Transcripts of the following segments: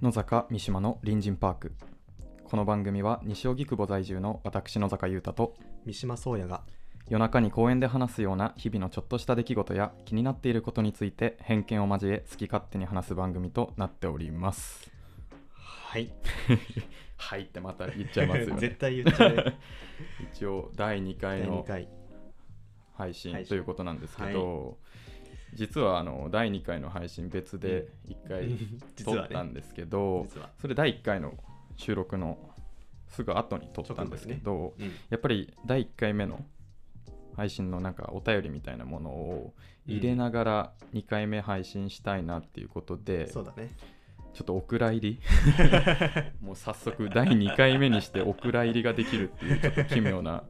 野坂三島の隣人パークこの番組は西荻窪在住の私野坂優太と三島宗也が夜中に公園で話すような日々のちょっとした出来事や気になっていることについて偏見を交え好き勝手に話す番組となっており ますはいはいってまた言っちゃいますよ 絶ね対言っちゃう一応第2回第の2回配信配信ということなんですけど、実はあの第2回の配信別で1回 実撮はったんねですけど、実はそれ第1回の収録のすぐ後に撮ったんですけど、うんやっぱり第1回目の配信のなんかお便りみたいなものを入れながら2回目配信したいなっていうことで、ちそょうだねっとお蔵入 りもう早速第2回目にしてお蔵入りができるっていうちょっと奇妙な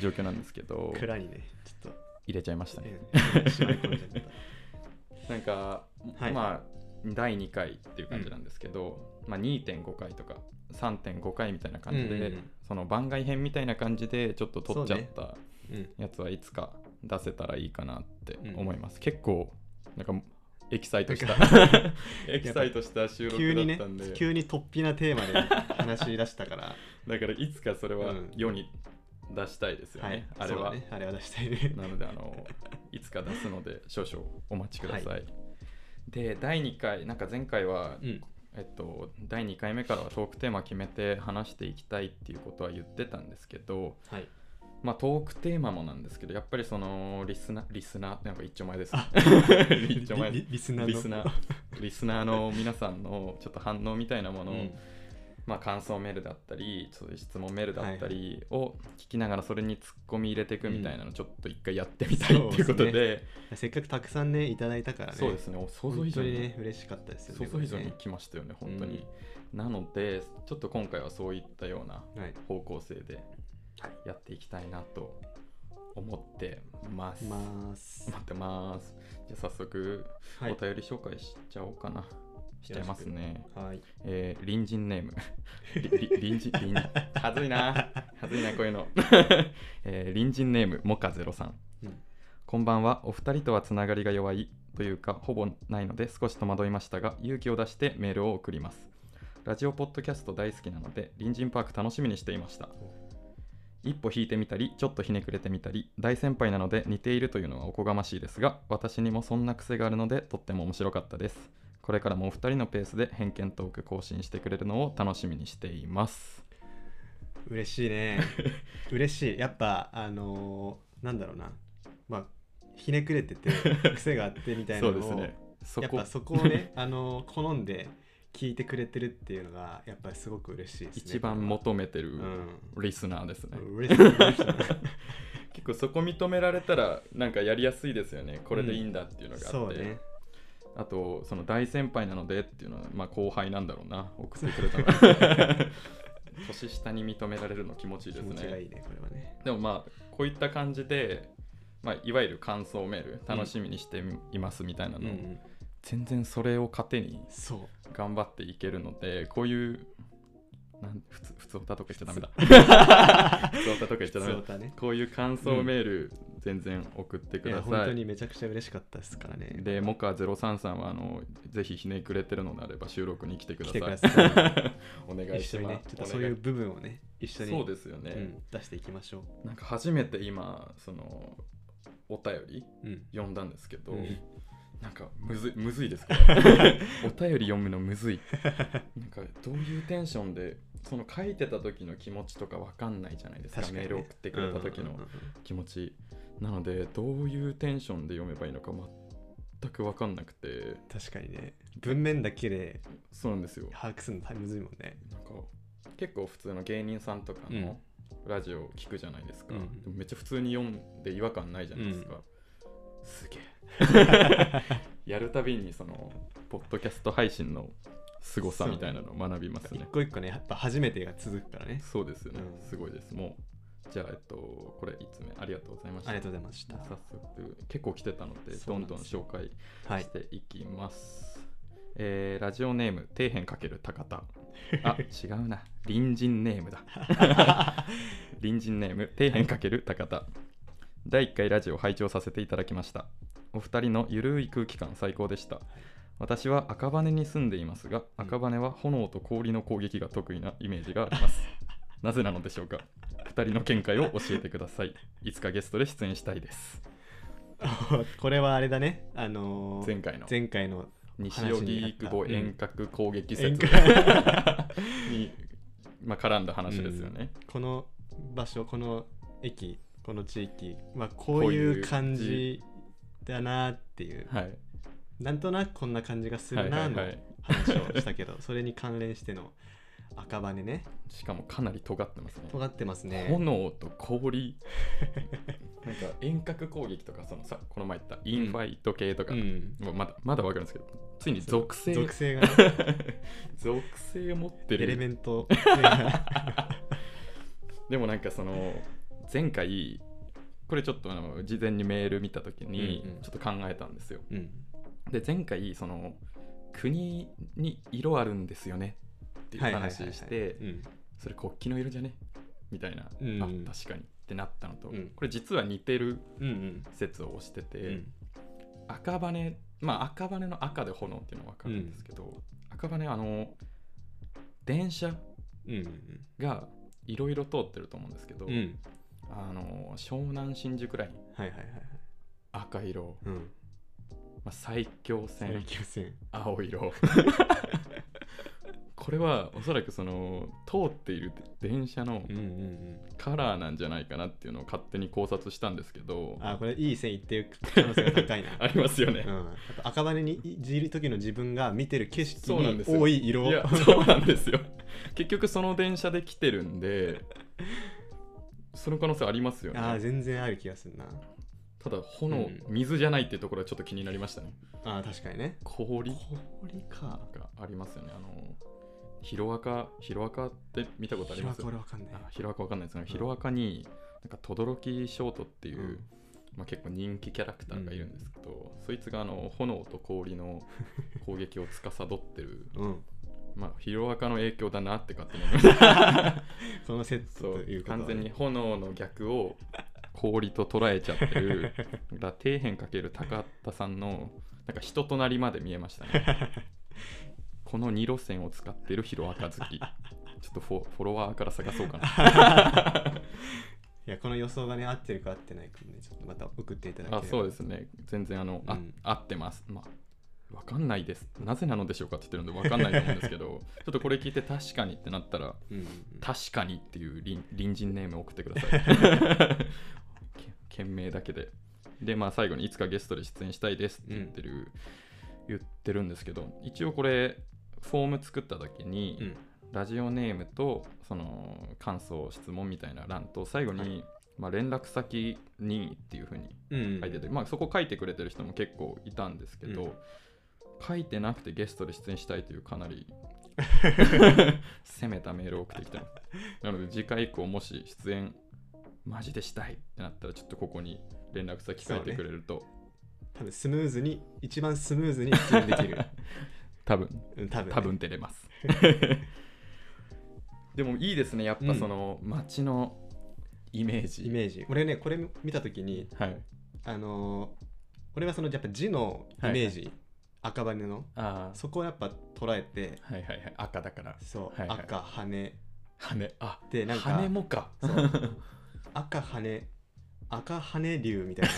状況なんですけど蔵にねちょっ入れちゃいましたとね。うんしまい込んじゃったなんか、はいまあ第2回っていう感じなんですけど、まあ、2.5回とか3.5回みたいな感じで、うんうんうんその番外編みたいな感じでちょっと撮っちゃっそた、うんやつはいつか出せたらいいかなってうん思います、結構なんかエキサイトした エキサイトした収録急にだっねたんで、急に突飛なテーマで 話し出したからだからいつかそれはうん世に出したいですよはいね、あれそうだは、ねあれは出したいねなのであのいつか出すので少々お待ちください、で第2回なんか前回は、うんえっと、第2回目からはトークテーマ決めて話していきたいっていうことは言ってたんですけど、 はいまあ、トークテーマもなんですけどやっぱりそのリスナーリスナーなんか一丁前ですね 一丁前リリリスナーのリスナーリスナーの皆さんのちょっと反応みたいなもうのを、んまあ、感想メールだったりそういう質問メールだったりを聞きながらそれにツッコミ入れていくみたいなのちょっと一回やってみたいうんっていうことで、そうせっかくたくさんねいただいたからねそうですねお想像以本当上ににね嬉しかったですよね想像以上にこ来ましたよね本当に、なのでちょっと今回はそういったようなれねはい方向性でやっていきたいなと思ってます。まーす待ってます。じゃあ早速おはい便り紹介しちゃおうかな。しちゃいますね。はいえー、隣人ネ ーム。りり隣人、隣人。はずいな。はずいな、こういうの。 えー、隣人ネーム、モカゼロさん。うんこんばんは。お二人とはつながりが弱いというか、ほぼないので少し戸惑いましたが、勇気を出してメールを送ります。ラジオポッドキャスト大好きなので、隣人パーク楽しみにしていました。一歩引いてみたり、ちょっとひねくれてみたり、大先輩なので似ているというのはおこがましいですが、私にもそんな癖があるので、とっても面白かったです。これからもお二人のペースで偏見トーク更新してくれるのを楽しみにしています。嬉し いね嬉しいやっぱあのーなんだろうなまあひねくれてて癖があってみたいなそうのですを、ね。そやっこぱそこを ねあのー好んで聞いてくれてるっていうのがやっぱりすごく嬉しいですね一番も求めてうるんリスナーですね。 嬉しい嬉しい結構そこ認められたらなんかやりやすいですよね。これでいいんだっていうのがあそっうて。ねあとその大先輩なのでっていうのは、まあ、後輩なんだろうな。送ってくれたのは。 年下に認められるの気持ちいいで気す持ちがね。いいねこれはねでもまあこういった感じで、まあ、いわゆる感想メール楽しみにしていますみたいなうんの、うん全然それを糧にそう頑張っていけるのでこういうなん普通普通歌とか言っちゃ ダメだ普通歌とか言っちゃダメだそうだねこういう感想メール全然送っていくやだ本さ当いにめちゃくちゃ嬉しかったですからねでモカ03さんはあのぜひひねくれてるのであれば収録に来てくだ来さいてくださお願いい一し緒にまねすちょっとそういう部分をね一緒にそうですよね、うん出していきましょなんか初めて今そのお便りううん読んだんですけど、うんなんかむずいむずい ですこれお便り読むのむずいなんかどういうテンションでその書いてた時の気持ちとかわかんないじゃないですか確かにメねール送ってくれた時うんうんのうんうん気持ち、なのでどういうテンションで読めばいいのか全くわかんなくて確かにね文面だけでそうなんですよ把握するの大変むずいもんねなんか結構普通の芸人さんとかのラジオ聞くじゃないですか、うんでもめっちゃ普通に読んで違和感ないじゃないですか、すげえ やるたびにそのポッドキャスト配信の凄さみたいなのを学びます一ね個一個ねやっぱ初めてが続くからねそうですよね、うんすごいですもうじゃあえっとこれ5つ目ありがとうございましたありがとうございました早速結構来てたのでそどうなんんどんですよ紹介はいしていきます、えーラジオネーム底辺かける高田 あ違うな隣人ネームだ隣人ネーム底辺かける高田第1回ラジオ拝聴させていただきましたお二人のゆるい空気感最高でした私は赤羽に住んでいますがうん赤羽は炎と氷の攻撃が得意なイメージがあります なぜなのでしょうか2人の見解を教えてくださいいつかゲストで出演したいです これはあれだねあのー前回の前回の西荻窪遠隔攻撃説遠に、まあ、絡んだ話ですよね、この場所この駅この地域はこういう感じだなっていうはいなんとなくこんな感じがするなのはいはいはい話をしたけど それに関連しての赤羽ねしかもかなり尖ってますね尖ってますね炎と 氷なんか遠隔攻撃とかそのさこの前言ったインファイト系とか、うんもうまだまだわかるんですけどついに属性属属性がね性を持ってエレメるン トでもなんかその前回これちょっとあの事前にメール見た時にうんうんちょっと考えたんですよ、うんで前回その国に色あるんですよねっていうはいはいはい話はいしてうんそれ国旗の色じゃねみたいな、うんあ確かにってなったのと、うんこれ実は似てるうんうん説を推してて、うん赤羽まあ赤羽の赤で炎っていうのは分かるんですけど、赤羽あの電車うんがいろいろ通ってると思うんですけど、うんあの湘南新宿ラインはいはいはいはい赤色、うんまあ、埼京最線強戦青色 これはおそらくその通っている電車のうんうんうんカラーなんじゃないかなっていうのを勝手に考察したんですけどあこれいい線いってる可能性が 高いなありますよね、うん、あと赤羽にいる時の自分が見てる景色そうなんにですよ多い色いやそうなんですよ結局その電車で来てるんでその可能性ありますよ あーね全然ある気がするなただ炎、うん水じゃないっていうところはちょっと気になりましたねあー確かにね氷氷かがありますよねあのヒロアカヒロアカって見たことありますこれわかんないあヒロアカわかんないですけどヒロアカになんか轟ショートっていう、うんまあ、結構人気キャラクターがいるんですけど、そいつがあの炎と氷 の攻撃を司ってるうんまあヒロアカの影響だなって勝手に思いま したこのセッそトといううことは完全に炎の逆を氷と捉えちゃって るだから底辺かける高田さんのなんか人となりまで見えましたね この2路線を使ってるヒロアカ好きちょっとフォフォロワーから探そうかないやこの予想がね合ってるか合ってないかねちょっとまた送っていただければあそうですね全然あの、あうん合ってますまあわかんないですなぜなのでしょうかって言ってるんでわかんないと思うんですけ どちょっとこれ聞いて確かにってなったらうんうん確かにっていう隣隣人ネームを送ってくださ い。け件名だけで。で、まあ最後にいつかゲストで出演したいですって言ってる、言ってるんですけど、一応これ、フォーム作った時に、うんラジオネームとその感想、質問みたいな欄と、最後に、はまあ、連絡先にっていう風にうん書いてて、まあそこ書いてくれてる人も結構いたんですけど、うん書いてなくてゲストで出演したいというかな り攻めたメールを送ってきたのなので次回以降もし出演マジでしたいってなったらちょっとここに連絡先書いてくれると、多分スムーズに一番スムーズに出演で きる多分うん多分ね多分出れ ますでもいいですねやっぱその街のイメージ、イメージ俺ねこれ見た時にはいあのー俺はそのやっぱ字のイメージ、赤羽のあそこをやっぱ捉えてあはいはいはい赤だからそう、はいはい赤羽羽あでなんか羽もかそう 赤羽赤羽竜みたい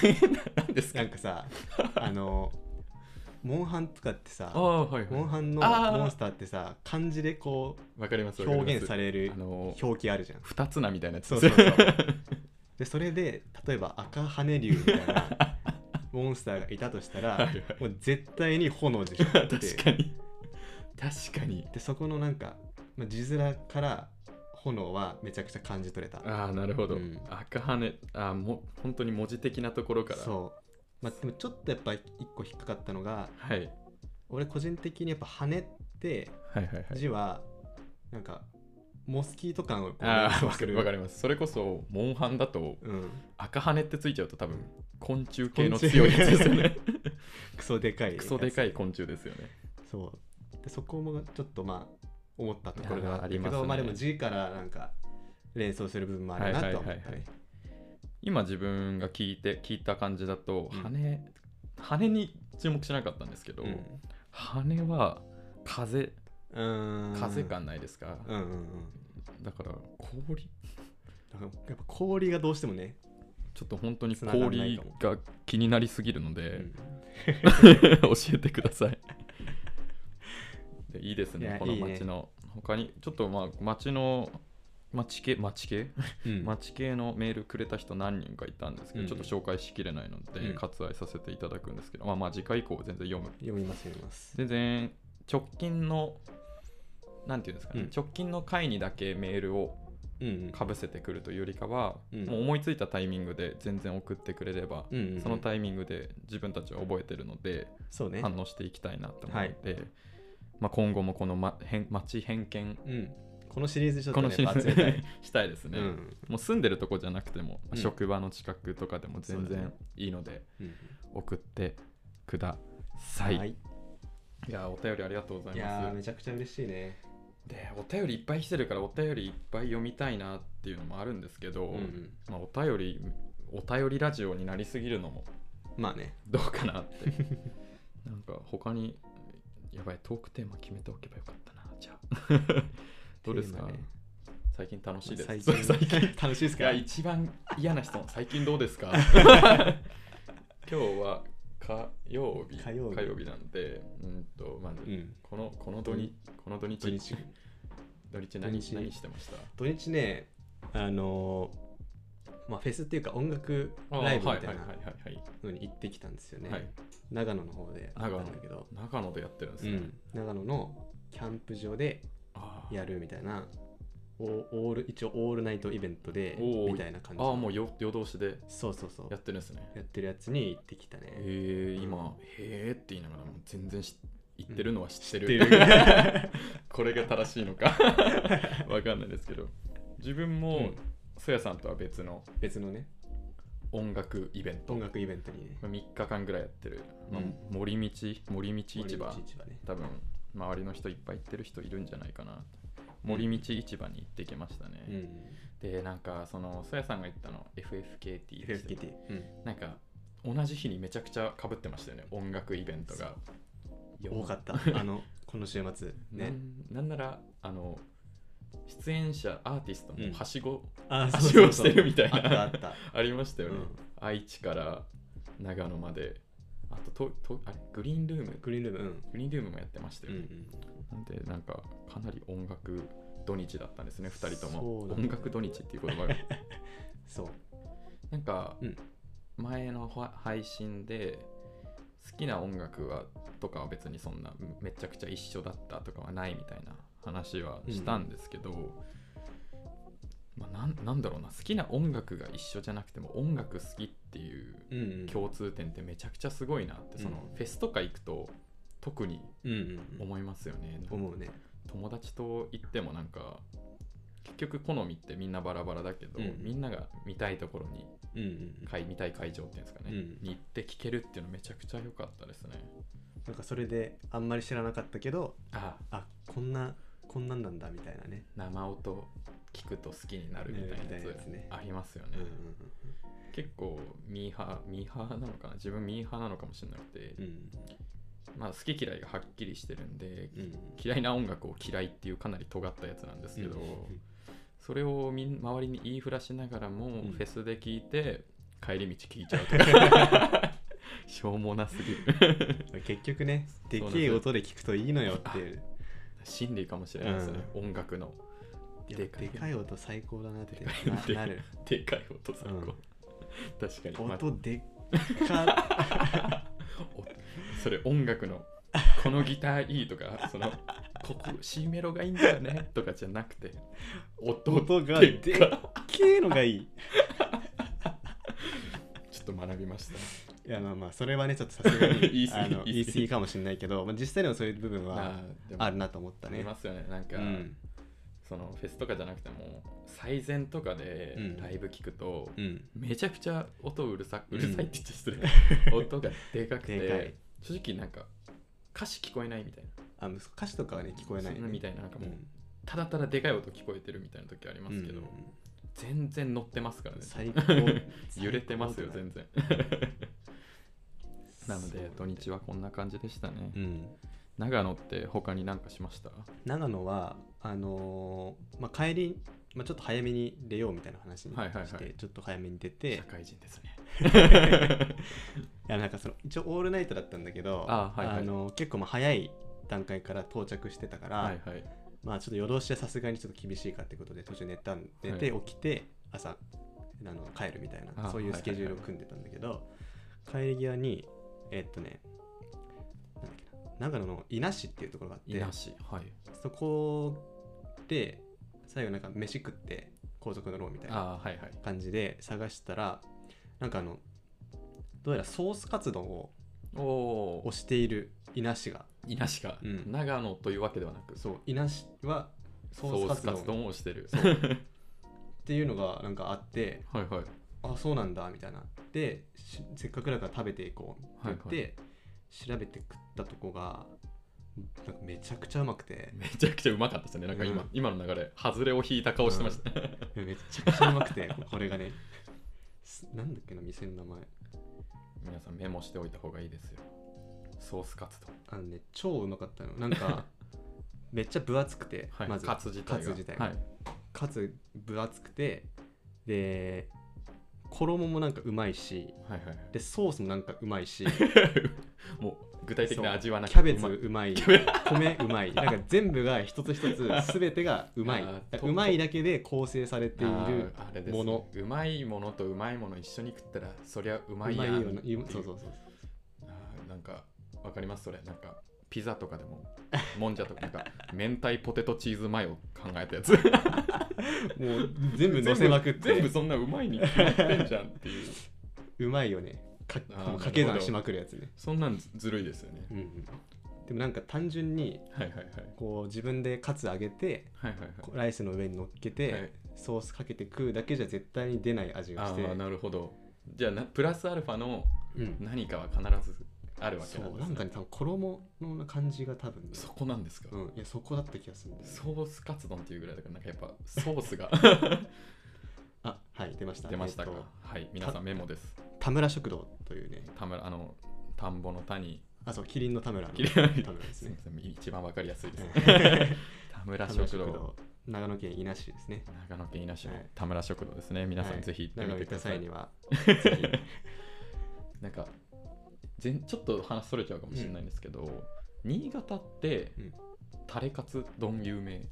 何です かななんかさあのモンハンとかってさああはいモンはハンのあーモンスターってさ漢字でこいわかりますうわかります表現されるあの表記あるじゃん二つなみたいなやつそうそうそうでそれで例えば赤羽竜みたいなモンスターがいたとし たはいら はいもう絶対に炎でしょっ確てかに確かにでそこのなんか、まあ、字面から炎はめちゃくちゃ感じ取れたああなるほど、うん赤羽あーも本当に文字的なところからそう、まあ、でもちょっとやっぱ一個引っかかったのがはい、俺個人的にやっぱ羽ってはいはいはい字はなんかモスキート感をこうああ連想わすかるるわかりますそれこそモンハンだとうん、赤羽ってついちゃうと多分昆虫系の強いやつです よねクソでかいクソでかいい昆虫ですよねそうでそこもちょっとまあ思ったところではあったけいやーありますどねまあでも字からなんか連想する部分もあるなとは思ったね今自分が聞いて聞いた感じだとうん羽、羽に注目しなかったんですけど、うん羽は風うーん風感ないですか、うんうんうんだから氷だからやっぱ氷がどうしてもね、ちょっと本当に繋がんない氷かもが気になりすぎるので、うん 教えてくださいでいいですいねやこのいいね町の他にちょっとまあ町の町系町系、うん町系のメールくれた人何人かいたんですけど、うんちょっと紹介しきれないので、うん割愛させていただくんですけど、まあまあ次回以降全然読む読みます読みます全然直近のなんていうんですかね、うん直近の回にだけメールをうんうんかぶせてくるというよりかは、うんもう思いついたタイミングで全然送ってくれれば、うんうんうんそのタイミングで自分たちは覚えてるのでそうね反応していきたいなと思うので、まあ、今後もこの、ま、偏町偏見うんこのシリーズちょっことのねシリやっぱー集めたいズしたい ですね、うんもう住んでるとこじゃなくても、まあうん職場の近くとかでも全そうだ然ねいいのでうん送ってください、、はいいやお便りありがとうございいやまーすめちゃくちゃ嬉しいねでお便りいっぱい来てるからお便りいっぱい読みたいなっていうのもあるんですけど、うんうんまあ、お便りお便りラジオになりすぎるのもまあねどうかなって なんか他にやばいトークテーマ決めておけばよかったなじゃあ どうですか、テーマね最近楽しいです、最そう 最近近 楽しいですいかや一番嫌な質問最近どうです か今日は火曜日火曜日なんでうんとまあ、うんこのこの土日この土日土日土日何土日何してました土日ねあのーまあフェスっていうか音楽あーライブみたはいいなはいはいはいはいのに行ってきたんですよね、はい長野の方であっ長た野んだけど、長野でやってるんですうね、ん、長野のキャンプ場であーやるみたいなおオール一応オールナイトイベントでおーみたいな感じああもうよよ夜通しでそうそうそうやってるんですねやってるやつに行ってきたね、へえうん今「へえ」って言いながらもう全然し言ってるのは知ってる、知って これが正しいの かわかんないですけど自分うもんそやさんとは別の別のね音楽イベント音楽イベントにね3日間ぐらいやってる、まあうん森道森道市場森道市場ね多分周りの人いっぱい行ってる人いるんじゃないかな森道市場に行ってきましたね、うんでなんかそのそやさんが言ったの FFKT でした FFKT うんなんか同じ日にめちゃくちゃかぶってましたよね音楽イベントが多かったあのこの週末ねねなんならあの出演者アーティストうんもはしごあはしそうごそしうそてうるみたいあったあなった ありましたよね、うん愛知から長野まであとととあれグリーンルームグリーンルームうんグリーンルームもやってましたうよんうね、んなんでなんかかなり音楽土日だったんですね2人とそもうなんだ音楽土日っていう言葉がそうなんか、うん前のほ配信で好きな音楽はとかは別にそんなめちゃくちゃ一緒だったとかはないみたいな話はしたんですけど、まあ、なんなんだろうな好きな音楽が一緒じゃなくても音楽好きっていううんうん共通点ってめちゃくちゃすごいなって、そのうんフェスとか行くと特にうんうんうん思いますよね、思うね友達と行ってもなんか結局好みってみんなバラバラだけど、うんみんなが見たいところにうんうん会見たい会場っていうんですかね、うんに行って聞けるっていうのめちゃくちゃ良かったですね。なんかそれであんまり知らなかったけどああこんなこんなんなんだみたいなね生音聞くと好きになるみたいなやねみたいなやつつねありますようねん。うん結構ミーハーミーハーなのかな自分ミーハーなのかもしれなくて、うんまあ好き嫌いがはっきりしてるんで、うんうん嫌いな音楽を嫌いっていうかなり尖ったやつなんですけど、それをみん周りに言いふらしながらも、んフェスで聞いて帰り道聞いちゃうとか しょうもなすぎる結局ねでそうなんですけえよ音で聞くといいのよっていう真理かもしれないですね、音楽の。いやでかいでかい音最高だなってでかいななる でかい音最高、うん確かに、まあ音でっかそれ音楽のこのギターいいとか そのここ C メロがいいんだよ ねとかじゃなくて音音がででっっかけえのがいいちょっと学びましたいやまあまあそれはねちょっとさすが 言いに過ぎあの言言いい過ぎ過ぎかもしれないけど、まあ、実際でもそういう部分まはあでもあるなと思ったあねりますよねなんか、うんそのフェスとかじゃなくても最善とかでうんライブ聞くと、うんめちゃくちゃ音うるさううんるさいって言っちゃ失礼、 音がでかくてでかい正直なんか歌詞聞こえないみたいなあの歌詞とかはね聞こえない、そんなみね、たいななんかもう、うんただただでかい音聞こえてるみたいな時ありますけど、うん全然乗ってますからね最高揺れてますよ全然なので土日ははこんな感じでしたね、うん長野って他に何かしました長野はあのーまあ、帰り、まあ、ちょっと早めに出ようみたいな話にして、はいはいはいちょっと早めに出てい社会人ですね。やなんかその一応オールナイトだったんだけどあはいはいあのー結構まあ早い段階から到着してたから、はいはい。まあ、ちょっと夜通しはさすがにちょっと厳しいかってことで途中寝たん寝ては起きて朝あの帰るみたいなあそういうはいはいはいスケジュールを組んでたんだけど帰り際にえっとねなんだっけな長野の伊那市っていうところがあっいてなし。はい。そこで最後なんか飯食って高速乗ろうみたいなああ、はいはい。感じで探したらなんかあのどうやらソースカツ丼をおお推。している伊那市がいなしが、うん長野というわけではなく、そう伊那市はソソースーカスツカ丼ツ丼をしてる。そうっていうのがなんかあってはいはい。あそうなんだみたいなでしせっかくだから食べていこうって言って、は調べて食ったとこがなんかめちゃくちゃうまくてめちゃくちゃうまかったですね。なんか今、うん今の流れ、外れを引いた顔してました。めちゃくちゃうまくて これがねすなんだっけな店の名前皆さんメモしておいた方がいいですよ。ソースカツ丼。あのね超うまかったのなん かめっちゃ分厚くて、はい。まずカツ自体が。カツ自体がはい。かつ分厚くてで衣もなんかうまいしはいはいはい。でソースもなんかうまいし もう具体的な味はなくキャベツうまいうまい米 うまいなんか全部が一つ一つ全てがうまいあーだからうまいだけで構成されているあーあれですねものうまいものとうまいもの一緒に食ったらそりゃううままいいやよんうなっていうそうそうそうあーなんかわかりますそれなんかピザとかでももんじゃとかなん か明太ポテトチーズマヨ考えたやつもう全部乗せまくって全部全部そんなうまいに決まってんじゃんって いううまいよねかあーなるほど掛け算しまくるやつね、そんなんずずるいですよねうんうん、でもなんか単純にはいはいはいこう自分でカツ揚げてはいはいこうライスの上に乗っけて、はいソースかけて食うだけじゃ絶対に出ない味がはいしてああなるほどじゃあなプラスアルファのうん、何かは必ずあるわけそなんうです、ね、なんかね多分衣の感じが多分ね、そこなんですか、うん、いやそこだった気がするんだよねソースカツ丼っていうぐらいだからなんかやっぱソースがあはい出ました出ましたかえっとはい皆さんメモです田村食堂というね田村あの田んぼの田にあそうキリンの田村のキリン田村ですすみねません一番わかりやすいです 田田村村食食堂堂長野県伊那市ですね長野県伊那市のはい田村食堂ですね皆さはんいぜひ行っ長て野みて行っくたださ際いにはぜ ひなんかぜんちょっと話それちゃうかもしれないんですけど新潟ってうんタレカツ丼有名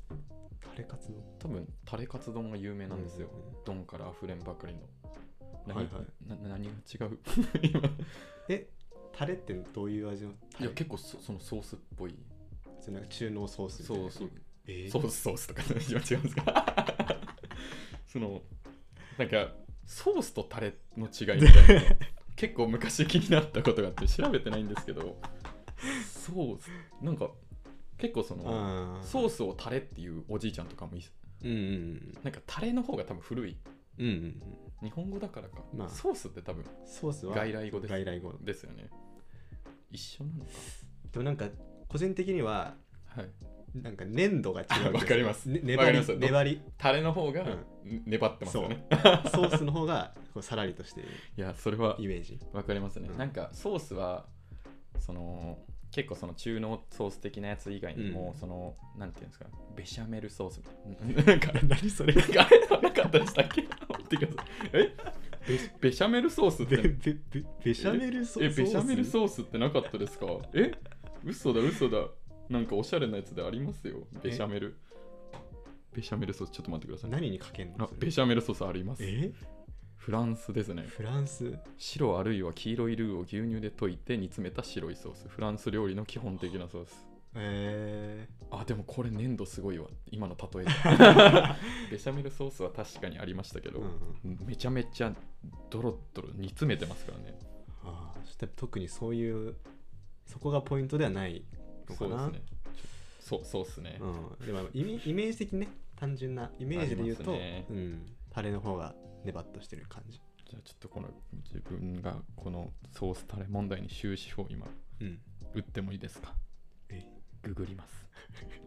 タレカツの多分タレカツ丼が有名なんですよ丼からあふれんばかりの何,、はいはいな何が違う 今えタレってどういう味のタいレや結構そそのソースっぽいそれなんか中濃ソースみたいソなースえーソースソースとか今違うんですか そのなんかソースとタレの違いみ たいなの結構昔気になったことがあって調べてないんですけどソースなんか結構そのあーソースをタレっていうおじいちゃんとかもいすうんうんなんかタレの方が多分古いうんうんうん日本語だからか、まあソースって多分うんソースは外来語です外来語ですよね一緒なのかでもなんか個人的にははいなんか粘度が違うわかりますわね粘かりります粘りタレの方がうんね粘ってますよね、ソースの方がこうさらりとしているいやそれはイメージわかりますね、うんなんかソースはその結構その中濃ソース的なやつ以外にも、うんそのなんていうんですかベシャメルソースみたいななんか何そ れなんかあれはなかったでしたっけ待ってくださいえベベシャメルソースっベてベベベシャメルソえベシャメルーソースってなかったですかえ嘘だ嘘だなんかおしゃれなやつでありますよベシャメルベシャメルソースちょっと待ってくだスさい何にかけんのあそれベシャメルソースありますえフランスですねフランス白あるいは黄色いルーを牛乳で溶いて煮詰めた白いソースフランス料理の基本的なソースえあでもこれ粘土すごいわ今の例え でベシャメルソースは確かにありましたけーど、うんうんめちゃめちゃドロッドロ煮詰めてますからねあーそして特にそういうそこがポイントではないのかそうでなすねそうそうっすね、うん、でもイメイメージ的にね単純なイメージで言うと、ありますねうん、タレの方がネバっとしてる感じ、じゃあちょっとこの自分がこのソースタレ問題に終止符を今うん、打ってもいいですかえググります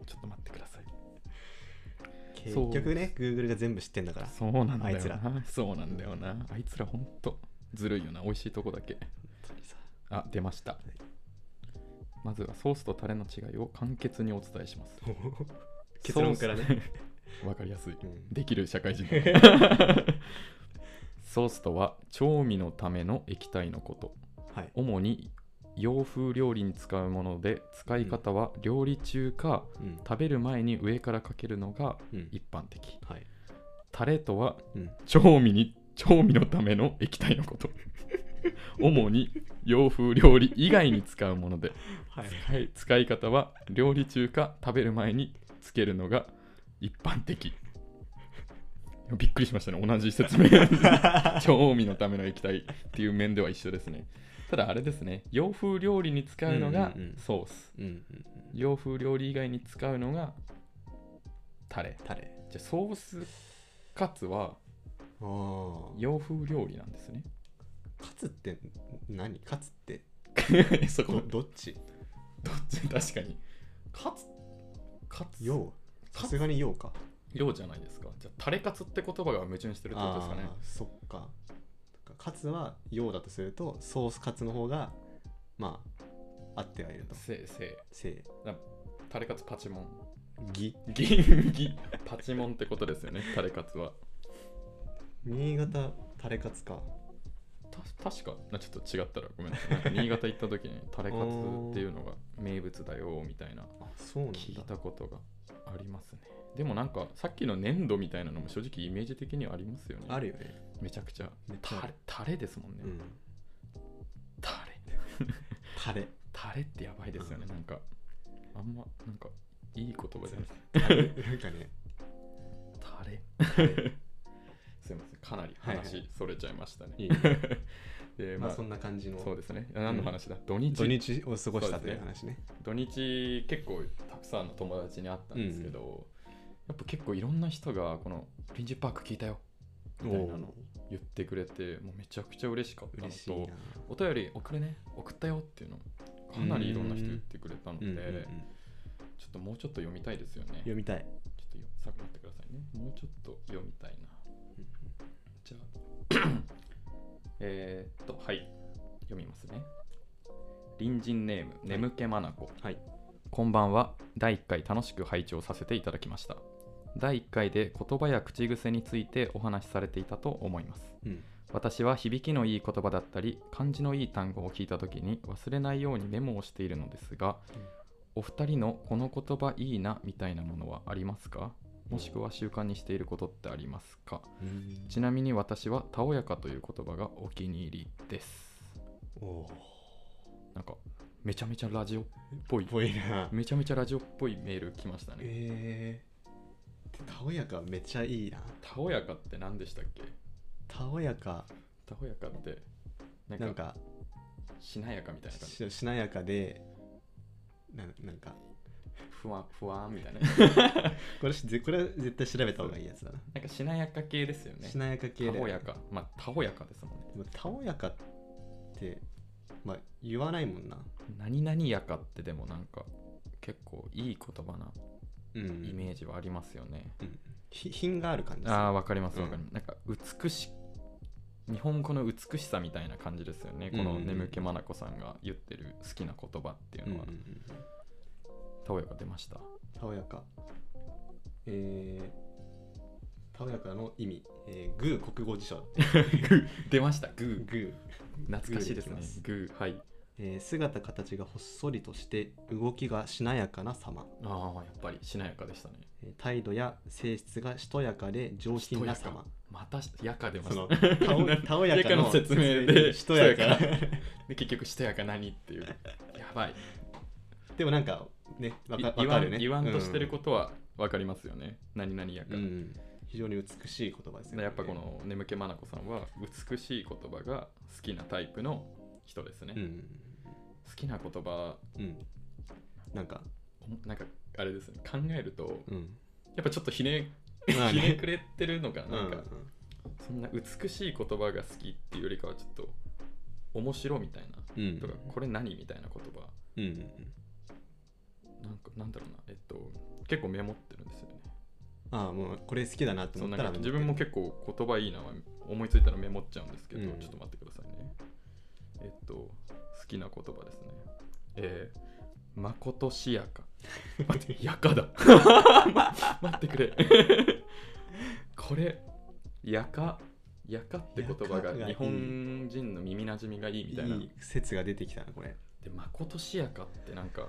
ちょっと待ってください結そう局ね Google が全部知ってんだからそうなんだよあいつらな。そうなんだよな。あいつらほんとずるいよな。美味しいとこだけ。本当にさあ、出ました。まずはソースとタレの違いを簡潔にお伝えします結論からね、 わかりやすいうんできる社会 人ソースとは調味のための液体のことはい主に洋風料理に使うもので使い方は料理中かうん食べる前に上からかけるのがうん一般的はいタレとはうん調味に調味のための液体のこと 主に洋風料理以外に使うものではいはい、使い方は料理中か食べる前につけるのが一般的びっくりしましたね同じ説 明調味のための液体っていう面では一緒ですねただあれですね洋風料理に使うのがうんうんうんソース、うんうんうん洋風料理以外に使うのがタレタレじゃあソースカツはあー洋風料理なんですねカツって何カツって そこどどどっちっち確かにカツカツようさすがにようかようじゃないですかじゃあタレカツって言葉が矛盾してるってことですかねあーそっかカツはようだとするとソースカツの方がまあ合ってはいるとせいせいせいタレカツパチモン ぎギンギパチモンってことですよねタレカツは新潟タレカツかた確かなちょっと違ったらごめんなさいなんか新潟行った時にタレカツっていうのが名物だよみたいなあそうなんだ聞いたことがありますねでもなんかさっきの粘土みたいなのも正直イメージ的にはありますよねあるよねめちゃくちゃめっちゃあタレるタレですもんね、うんタレタレタレってやばいですよね、うんなんかあんまなんかいい言葉じゃないタレなんかねタレ すいませんかなりはいは話それちゃい ましたね、いいねでままああそんな感じのそうですね何の話だ、土日土日を過ごしそたうでとすねいう話ね土日結構たくさんの友達に会ったんですけど、やっぱ結構いろんな人がこの「臨時パーク聞いたよ」みたいなの言ってくれてもうめちゃくちゃ嬉しかったの嬉しいとなお便り送るね送ったよっていうのかなりいろんな人言ってくれたので、うんうんうんちょっともうちょっと読みたいですよね読みたいちょっとよさく待ってくださいね。もうちょっと読みたいな。じゃあ、 えーっと、はい。読みますね。隣人ネーム、眠気まなこ。はいこんばんは。第1回楽しく拝聴させていただきました。第1回で言葉や口癖についてお話しされていたと思います。うん私は響きのいい言葉だったり漢字のいい単語を聞いた時に忘れないようにメモをしているのですが、うんお二人のこの言葉いいなみたいなものはありますかもしくは習慣にしていることってありますかうんちなみに私は「たおやか」という言葉がお気に入りですおーなんかめちゃめちゃラジオっぽいぽい なめちゃめちゃラジオっぽいメール来ましたねえー、たおやかめっちゃいいなたおやかって何でしたっけたおやかたおやかってなんかなんかしなやかみたいな感じししなやかでななんかふわふわみたいなこれしぜこれは絶対調べた方がいいやつだな、なんかしなやか系ですよねしなやか系たでおやか。まあ、たおやかですもんね。でもたおやかってまあ言わないもんな何々やかってでもなんか結構いい言葉なうんイメージはありますよね。うんひ品がある感じするああ、わかりますうんわかります。なんか美し日本語の美しさみたいな感じですよね。こうんのうんうん眠気まなこさんが言ってる好きな言葉っていううんうのんうは、んたおやか出ました。たおやかえー、たおやかの意味、えー、グー国語辞書出ました、ググーー。懐かしいですグねーでいきま。すグー、はい。えー姿形がほっそりとして動きがしなやかな様、ああ、やっぱりしなやかでしたね。えー態度や性質がしとやかで上品なしとや様かまたやか出まそし のた。たおたおやかの説明でしとやかしとで、結局、しとやか何っていう。やばい。 でもなんかねわいかわ言かわるねん言わんとしてることは分かりますよね、何々やかうら、ん、うん非常に美しい言葉ですよねやっぱこの眠気まなこさんは美しい言葉が好きなタイプの人ですね、うん好きな言葉うんうんなんかおなんかあれですね考えるとうんやっぱちょっとひねまあ ひねねくれてるのがうなんんか、そんな美しい言葉が好きっていうよりかはちょっと面白みたいな、うんとかこれ何みたいな言葉うんうんなんかなんだろうなえっと結構メモってるんですよねああもうこれ好きだなとそうな思んったらか自分も結構言葉いいな思いついたらメモっちゃうんですけど、うんちょっと待ってくださいねえっと好きな言葉ですねえーまことしや か待ってやかだ待ってくれこれやかやかって言葉やかががいい日本人の耳なじみがいいみたいないい説が出てきたなこれでまことしやかってなんか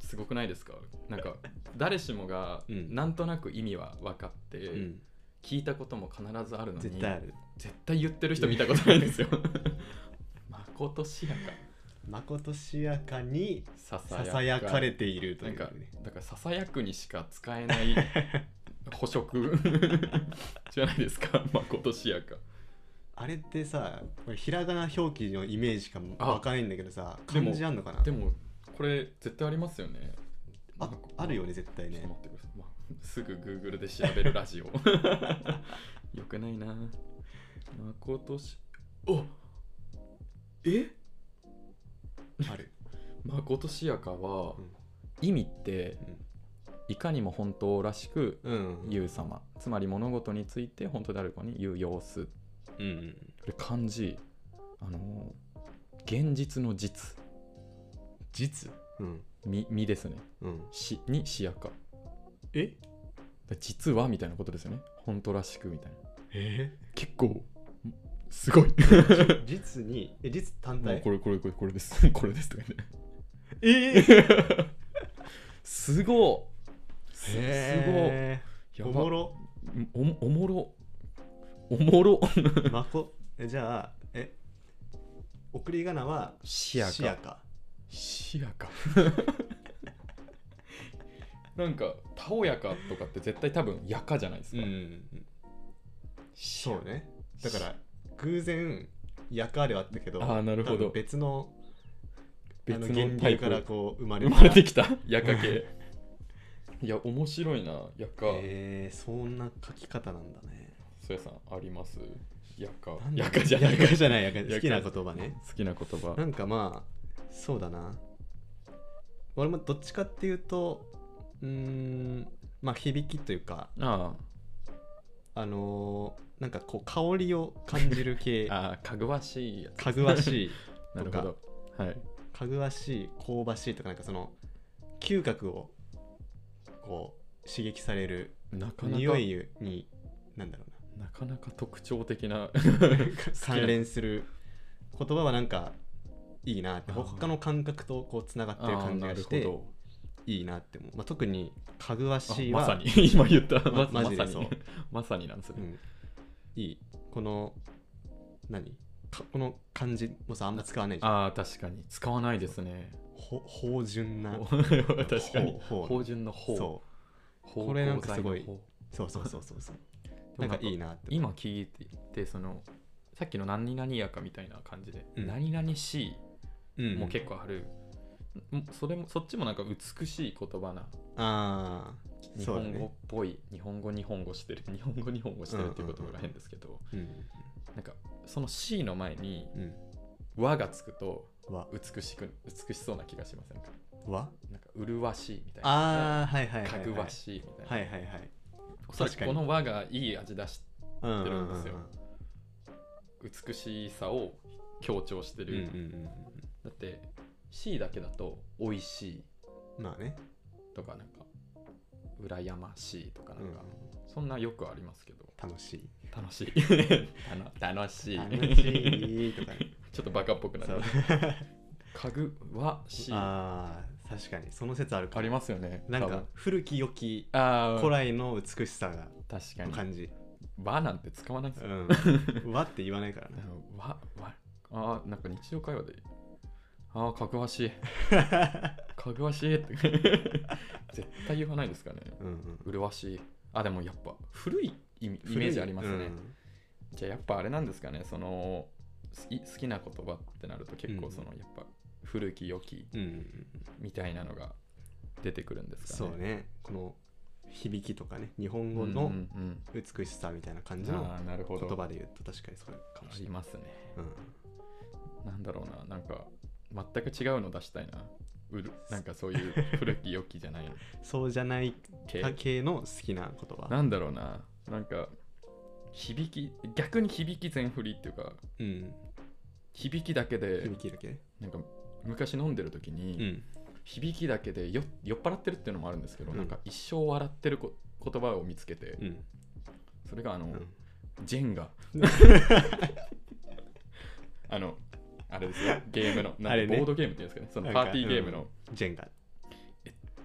すごくないですかなんか誰しもがうんなんとなく意味は分かって、うん聞いたことも必ずあるのに絶対ある絶対言ってる人見たことないんです よまことしやかまことしやかにささささやかれてているとないんうかねだからささやくにしか使えない 捕食 じゃないですかまことしやかあれってさこれひらがな表記のイメージしかあわかんないんだけどさでも漢字あんのかなでもこれ絶対ありますよねああるよね絶対ちょっとね待ってください、まあ、すぐ Google で調べるラジオ よくないなまことしおえある、まことしやかはうん意味っていかにも本当らしくうん言う様つまり物事について本当であるかに言う様子こうんうんれ漢字あの現実の実実うんみみですねうんしにしやかえだ実はみたいなことですよね本当らしくみたいなえ結構すごい実にえ実単もう体これこれこれこれです これですとかねえー、 すごいすへすーごいおろもろおおもろおもろまこえじゃあえ送り仮名は視野しやかしやかなんか「たおやか」とかって絶対多分「やか」じゃないですうか、んしそうねだから偶然やかではあったけどあーなるほど多分別の別あのタ源イ流からプこう生まれ生たまれてきたやか系いや面白いなやか、えー、そんな書き方なんだねそやさんありますやかなんだやかじゃないやかじゃないやかやか好きな言葉ね好きな言葉なんかまあそうだな俺もどっちかっていうとうーんまあ響きというかああのーなんかこう香りを感じる系 ああかぐわしいやつかぐわしいなるほどはいかぐわしい香ばしいとかなんかその嗅覚をこう刺激されるなかなか匂いになんだろうななかなか特徴的な関連する言葉はなんかいいなってあー他の感覚とこうつながってるあー感じながるしほてどいいなって思う、まあ、特にかぐわあしいはまさに 今言ったまままマさジでそうにまさになんですうねん、いいこの何かこの漢字もさあんま使わないじゃんああ確かに使わないですねほ芳醇なほ 確かにほうほう芳醇の方そう方これなんかすごい向剤の方そうそうそうそうそうでなもんなかんかいいなって思う今聞いててそのさっきの何々やかみたいな感じで、うん何々しいうんも結構ある、んそれもそっちもなんか美しい言葉なああ日そうだ本語っね、ぽい、日本語日本語してる 日本語日本語してるっていう言葉が変ですけど、うんなんかその C の前にうん、和がつくと和美しく美しそうな気がしませんか和なんか麗しいみたいなああはいはいはいはかいぐわしいみたいな、はいはいはいおそらく確かこにの和がいい味出しうううやってるんですよ美しさを強調してうんうんる、うんだって C だけだと美味しいうんまあねとかなんか羨ましいとかなんか、うんそんなよくありますけど楽しい楽しい 楽楽しい楽しいとかね ちょっとバカっぽくなそうるかぐわしいあああ確かにその説あるかもりますよねなん多か分古き良きあー古来の美しさが確かに 感じ和なんて使わないですうよ、ん和って言わないからあのわわあーなんか日常会話でああかぐわ しいなかぐわしいって絶対言わないですかねうんうん麗しいあでもやっぱ古いイメイメージありますね、じゃあやっぱあれなんですかねそのすい好きな言葉ってなると結構その、やっぱ古き良きうんうんうんみたいなのが出てくるんですかそねうねこの響きとかね日う本んう語んのうん美しさみたいな感じあのあなるほ言ど葉で言うと確かにそれかもあしれりないますねうんなんだろうな、なんか全く違うの出したいな。うるなんかそういう古き良きじゃ ないのそうじゃない系。系の好きな言葉なんだろうな、なんか響き、逆に響き全振りっていうか、うん響きだけで響きだけなんか昔飲んでる時に、うん響きだけでよ酔っ払ってるっていうのもあるんですけど、うんなんか一生笑ってるこ言葉を見つけて、うんそれがあの、うんジェン ガあのあれですよゲームのなあんれかねボードゲームっていうんですかねそのなんパかーティーゲームの、ジェンガ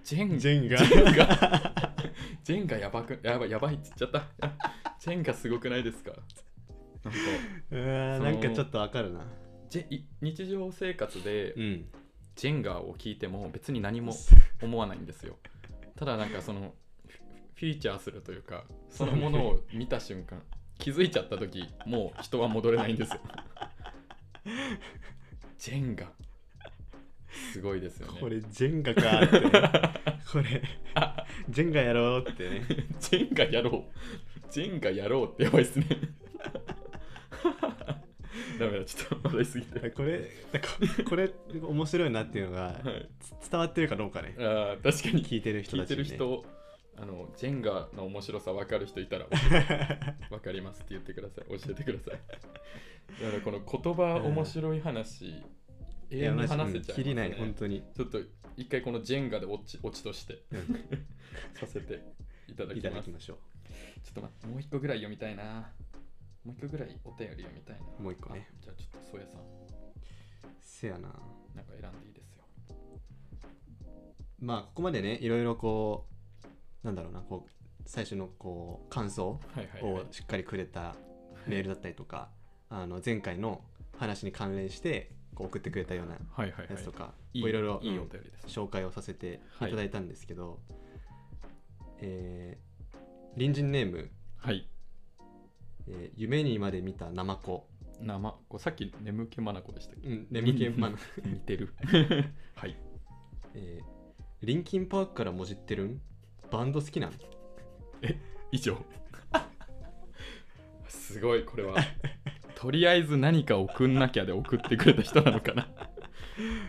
ジェンジェンガジェンガジェンガやばくやばいやばいって言っちゃったジェンガすごくないですかなんか うわーそのなんかちょっとわかるなジェい日常生活でうんジェンガを聞いても別に何も思わないんですよただなんかそのフフィーチャーするというかそのものを見た瞬間気づいちゃった時もう人は戻れないんですよジェンガすごいですよねこれジェンガかーって ねこれジェンガやろうってね ジェンガやろうジェンガやろうってやばいっすね ダメだちょっと笑いすぎてこれこれ面白いなっていうのがはいつ伝わってるかどうかねあー確かに聞いてる人聞たいちてに、ね、る人あのジェンガの面白さ分かる人いたら分かりますって言ってください教えてくださいだからこの言葉面白い話永い遠やにマ話ジせちゃいます、ね、うん切りない本当にちょっと一回このジェンガで落ち落ちとしてさせていただいきたまだすきましょちょっと待ってもう一個ぐらい読みたいなもう一個ぐらいお便り読みたいなもう一個ねあじゃあちょっと宗谷さんうせやななんか選んでいいですよまあここまでねいろいろこうなんだろうなこう最初のこう感想はいはいはいをしっかりくれたメールだったりとか、あの前回の話に関連してこう送ってくれたようなはいはいやはいつとか、いこういろいろいいおうん便りです、紹介をさせていただいたんですけど、えー隣人ネーム、はいえー夢にまで見たナマコ、生こうさっき眠気まなこでしたっけうん、眠気 まな、 似てるはいえーリンキンパークからもじってるんバンド好きなん以上 すごいこれはとりあえず何か送んなきゃで送ってくれた人なの かな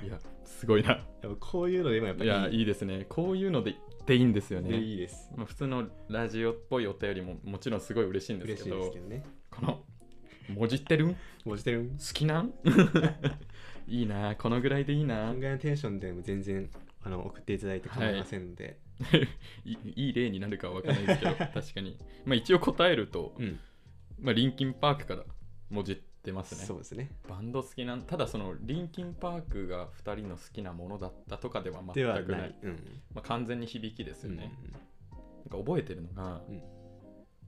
いやすごいなやっぱこういうので今やっぱいりやいいですねこういうのででいいんですよでねいいですまあ普通のラジオっぽいお便りももちろんすごい嬉しいんです嬉しけいどですけどねこの「もじってるん好もじってるんきなん いいなこのぐらいでいいな考えのテンションでも全然あの送っていただいて構いませんので、いいい例になるかは分からないですけ ど確かに、まあ、一応答えると、うんまあ、リンキンパークからもじってますねそうですねバンド好きなんただそのリンキンパークが2人の好きなものだったとかでは全くではないないうんまあ、完全に響きですうよんね、なんか覚えてるのが、うん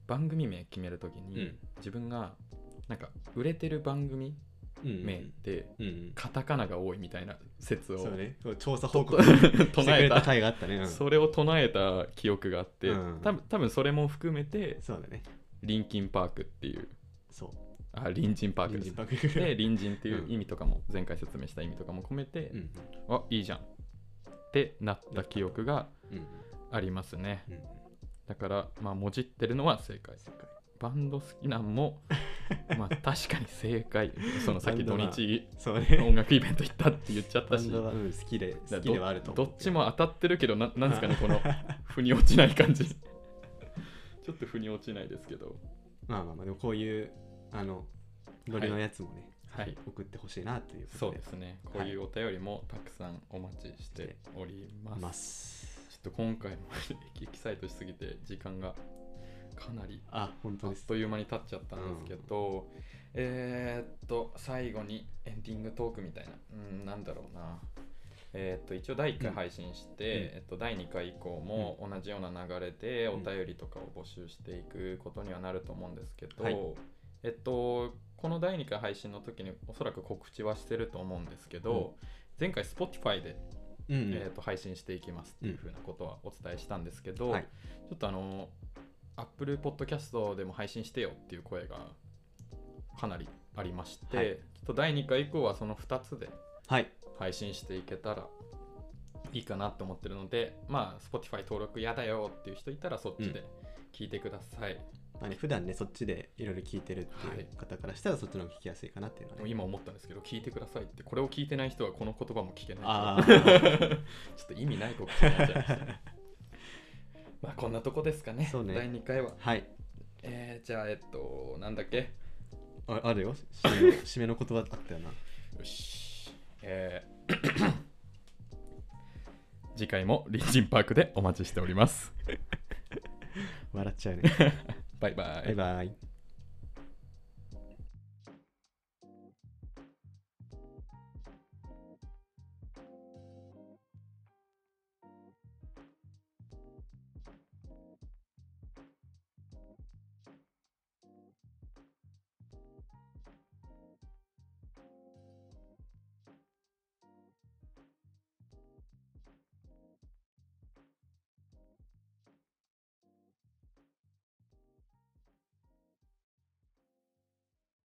番組名決めるときに、うん自分がなんか売れてる番組うん名ってうんうんカタカナが多いみたいな説をそうね調査報告と してく唱えれたた回があったね、うんそれを唱えた記憶があって、うん多分多分それも含めてそうだねリンキンパークっていうそうあ隣人パーク隣です人ねパークで隣人っていううん意味とかも前回説明した意味とかも込めて、うんあいいじゃんってなった記憶がうんうんありますねうんだからまあもじってるのは正解正解バンド好きなんもまあ確かに正解 そのさっき土バンドな日そうね 音楽イベント行ったって言っちゃっバたしンドは、うん、好きでだ好からきどではあるとど思うっちも当たってるけどななんです かねこの腑に落ちない感じ ちょっと腑に落ちないですけどまあまあまあでもこういうあのノリのやつもね、はい送ってほしいなというこそとうでですねこういうお便りもたくさんお待ちしております、ますちょっと今回も エキサイトしすぎて時間がかなりあ本あ当っですという間に経っちゃったんですけど、えーっと最後にエンディングトークみたいな、うん、なんだろうなえーっと一応第1回配信して、えっと、第2回以降も同じような流れでおうん便りとかを募集していくことにはなると思うんですけど、はいえっとこの第2回配信の時におそらく告知はしてると思うんですけど、前回 Spotify でうんうんえー、と配信していきますっていうふうなことはお伝えしたんですけど、はいちょっとあの Apple Podcast でも配信してよっていう声がかなりありまして、はいちょっと第2回以降はその2つではい配信していけたらいいかなと思ってるのでまあ Spotify 登録嫌だよっていう人いたらそっちで聞いてください、まあね、普段ねそっちでいろいろ聞いてるっていう方からしたらそっちの方が聞きやすいかなっていうのはもうね、今思ったんですけど聞いてくださいってこれを聞いてない人はこの言葉も聞けなあい ちょーっと意味ない告知になっちゃいましたねまあこんなとこですかねそうね第2回は はいえー、じゃあえっとなんだっけああるよ締めの締めの言葉あったよなよしえー 次回も隣人パークでお待ちしております。笑っちゃうね。バイバイバイ。バイ。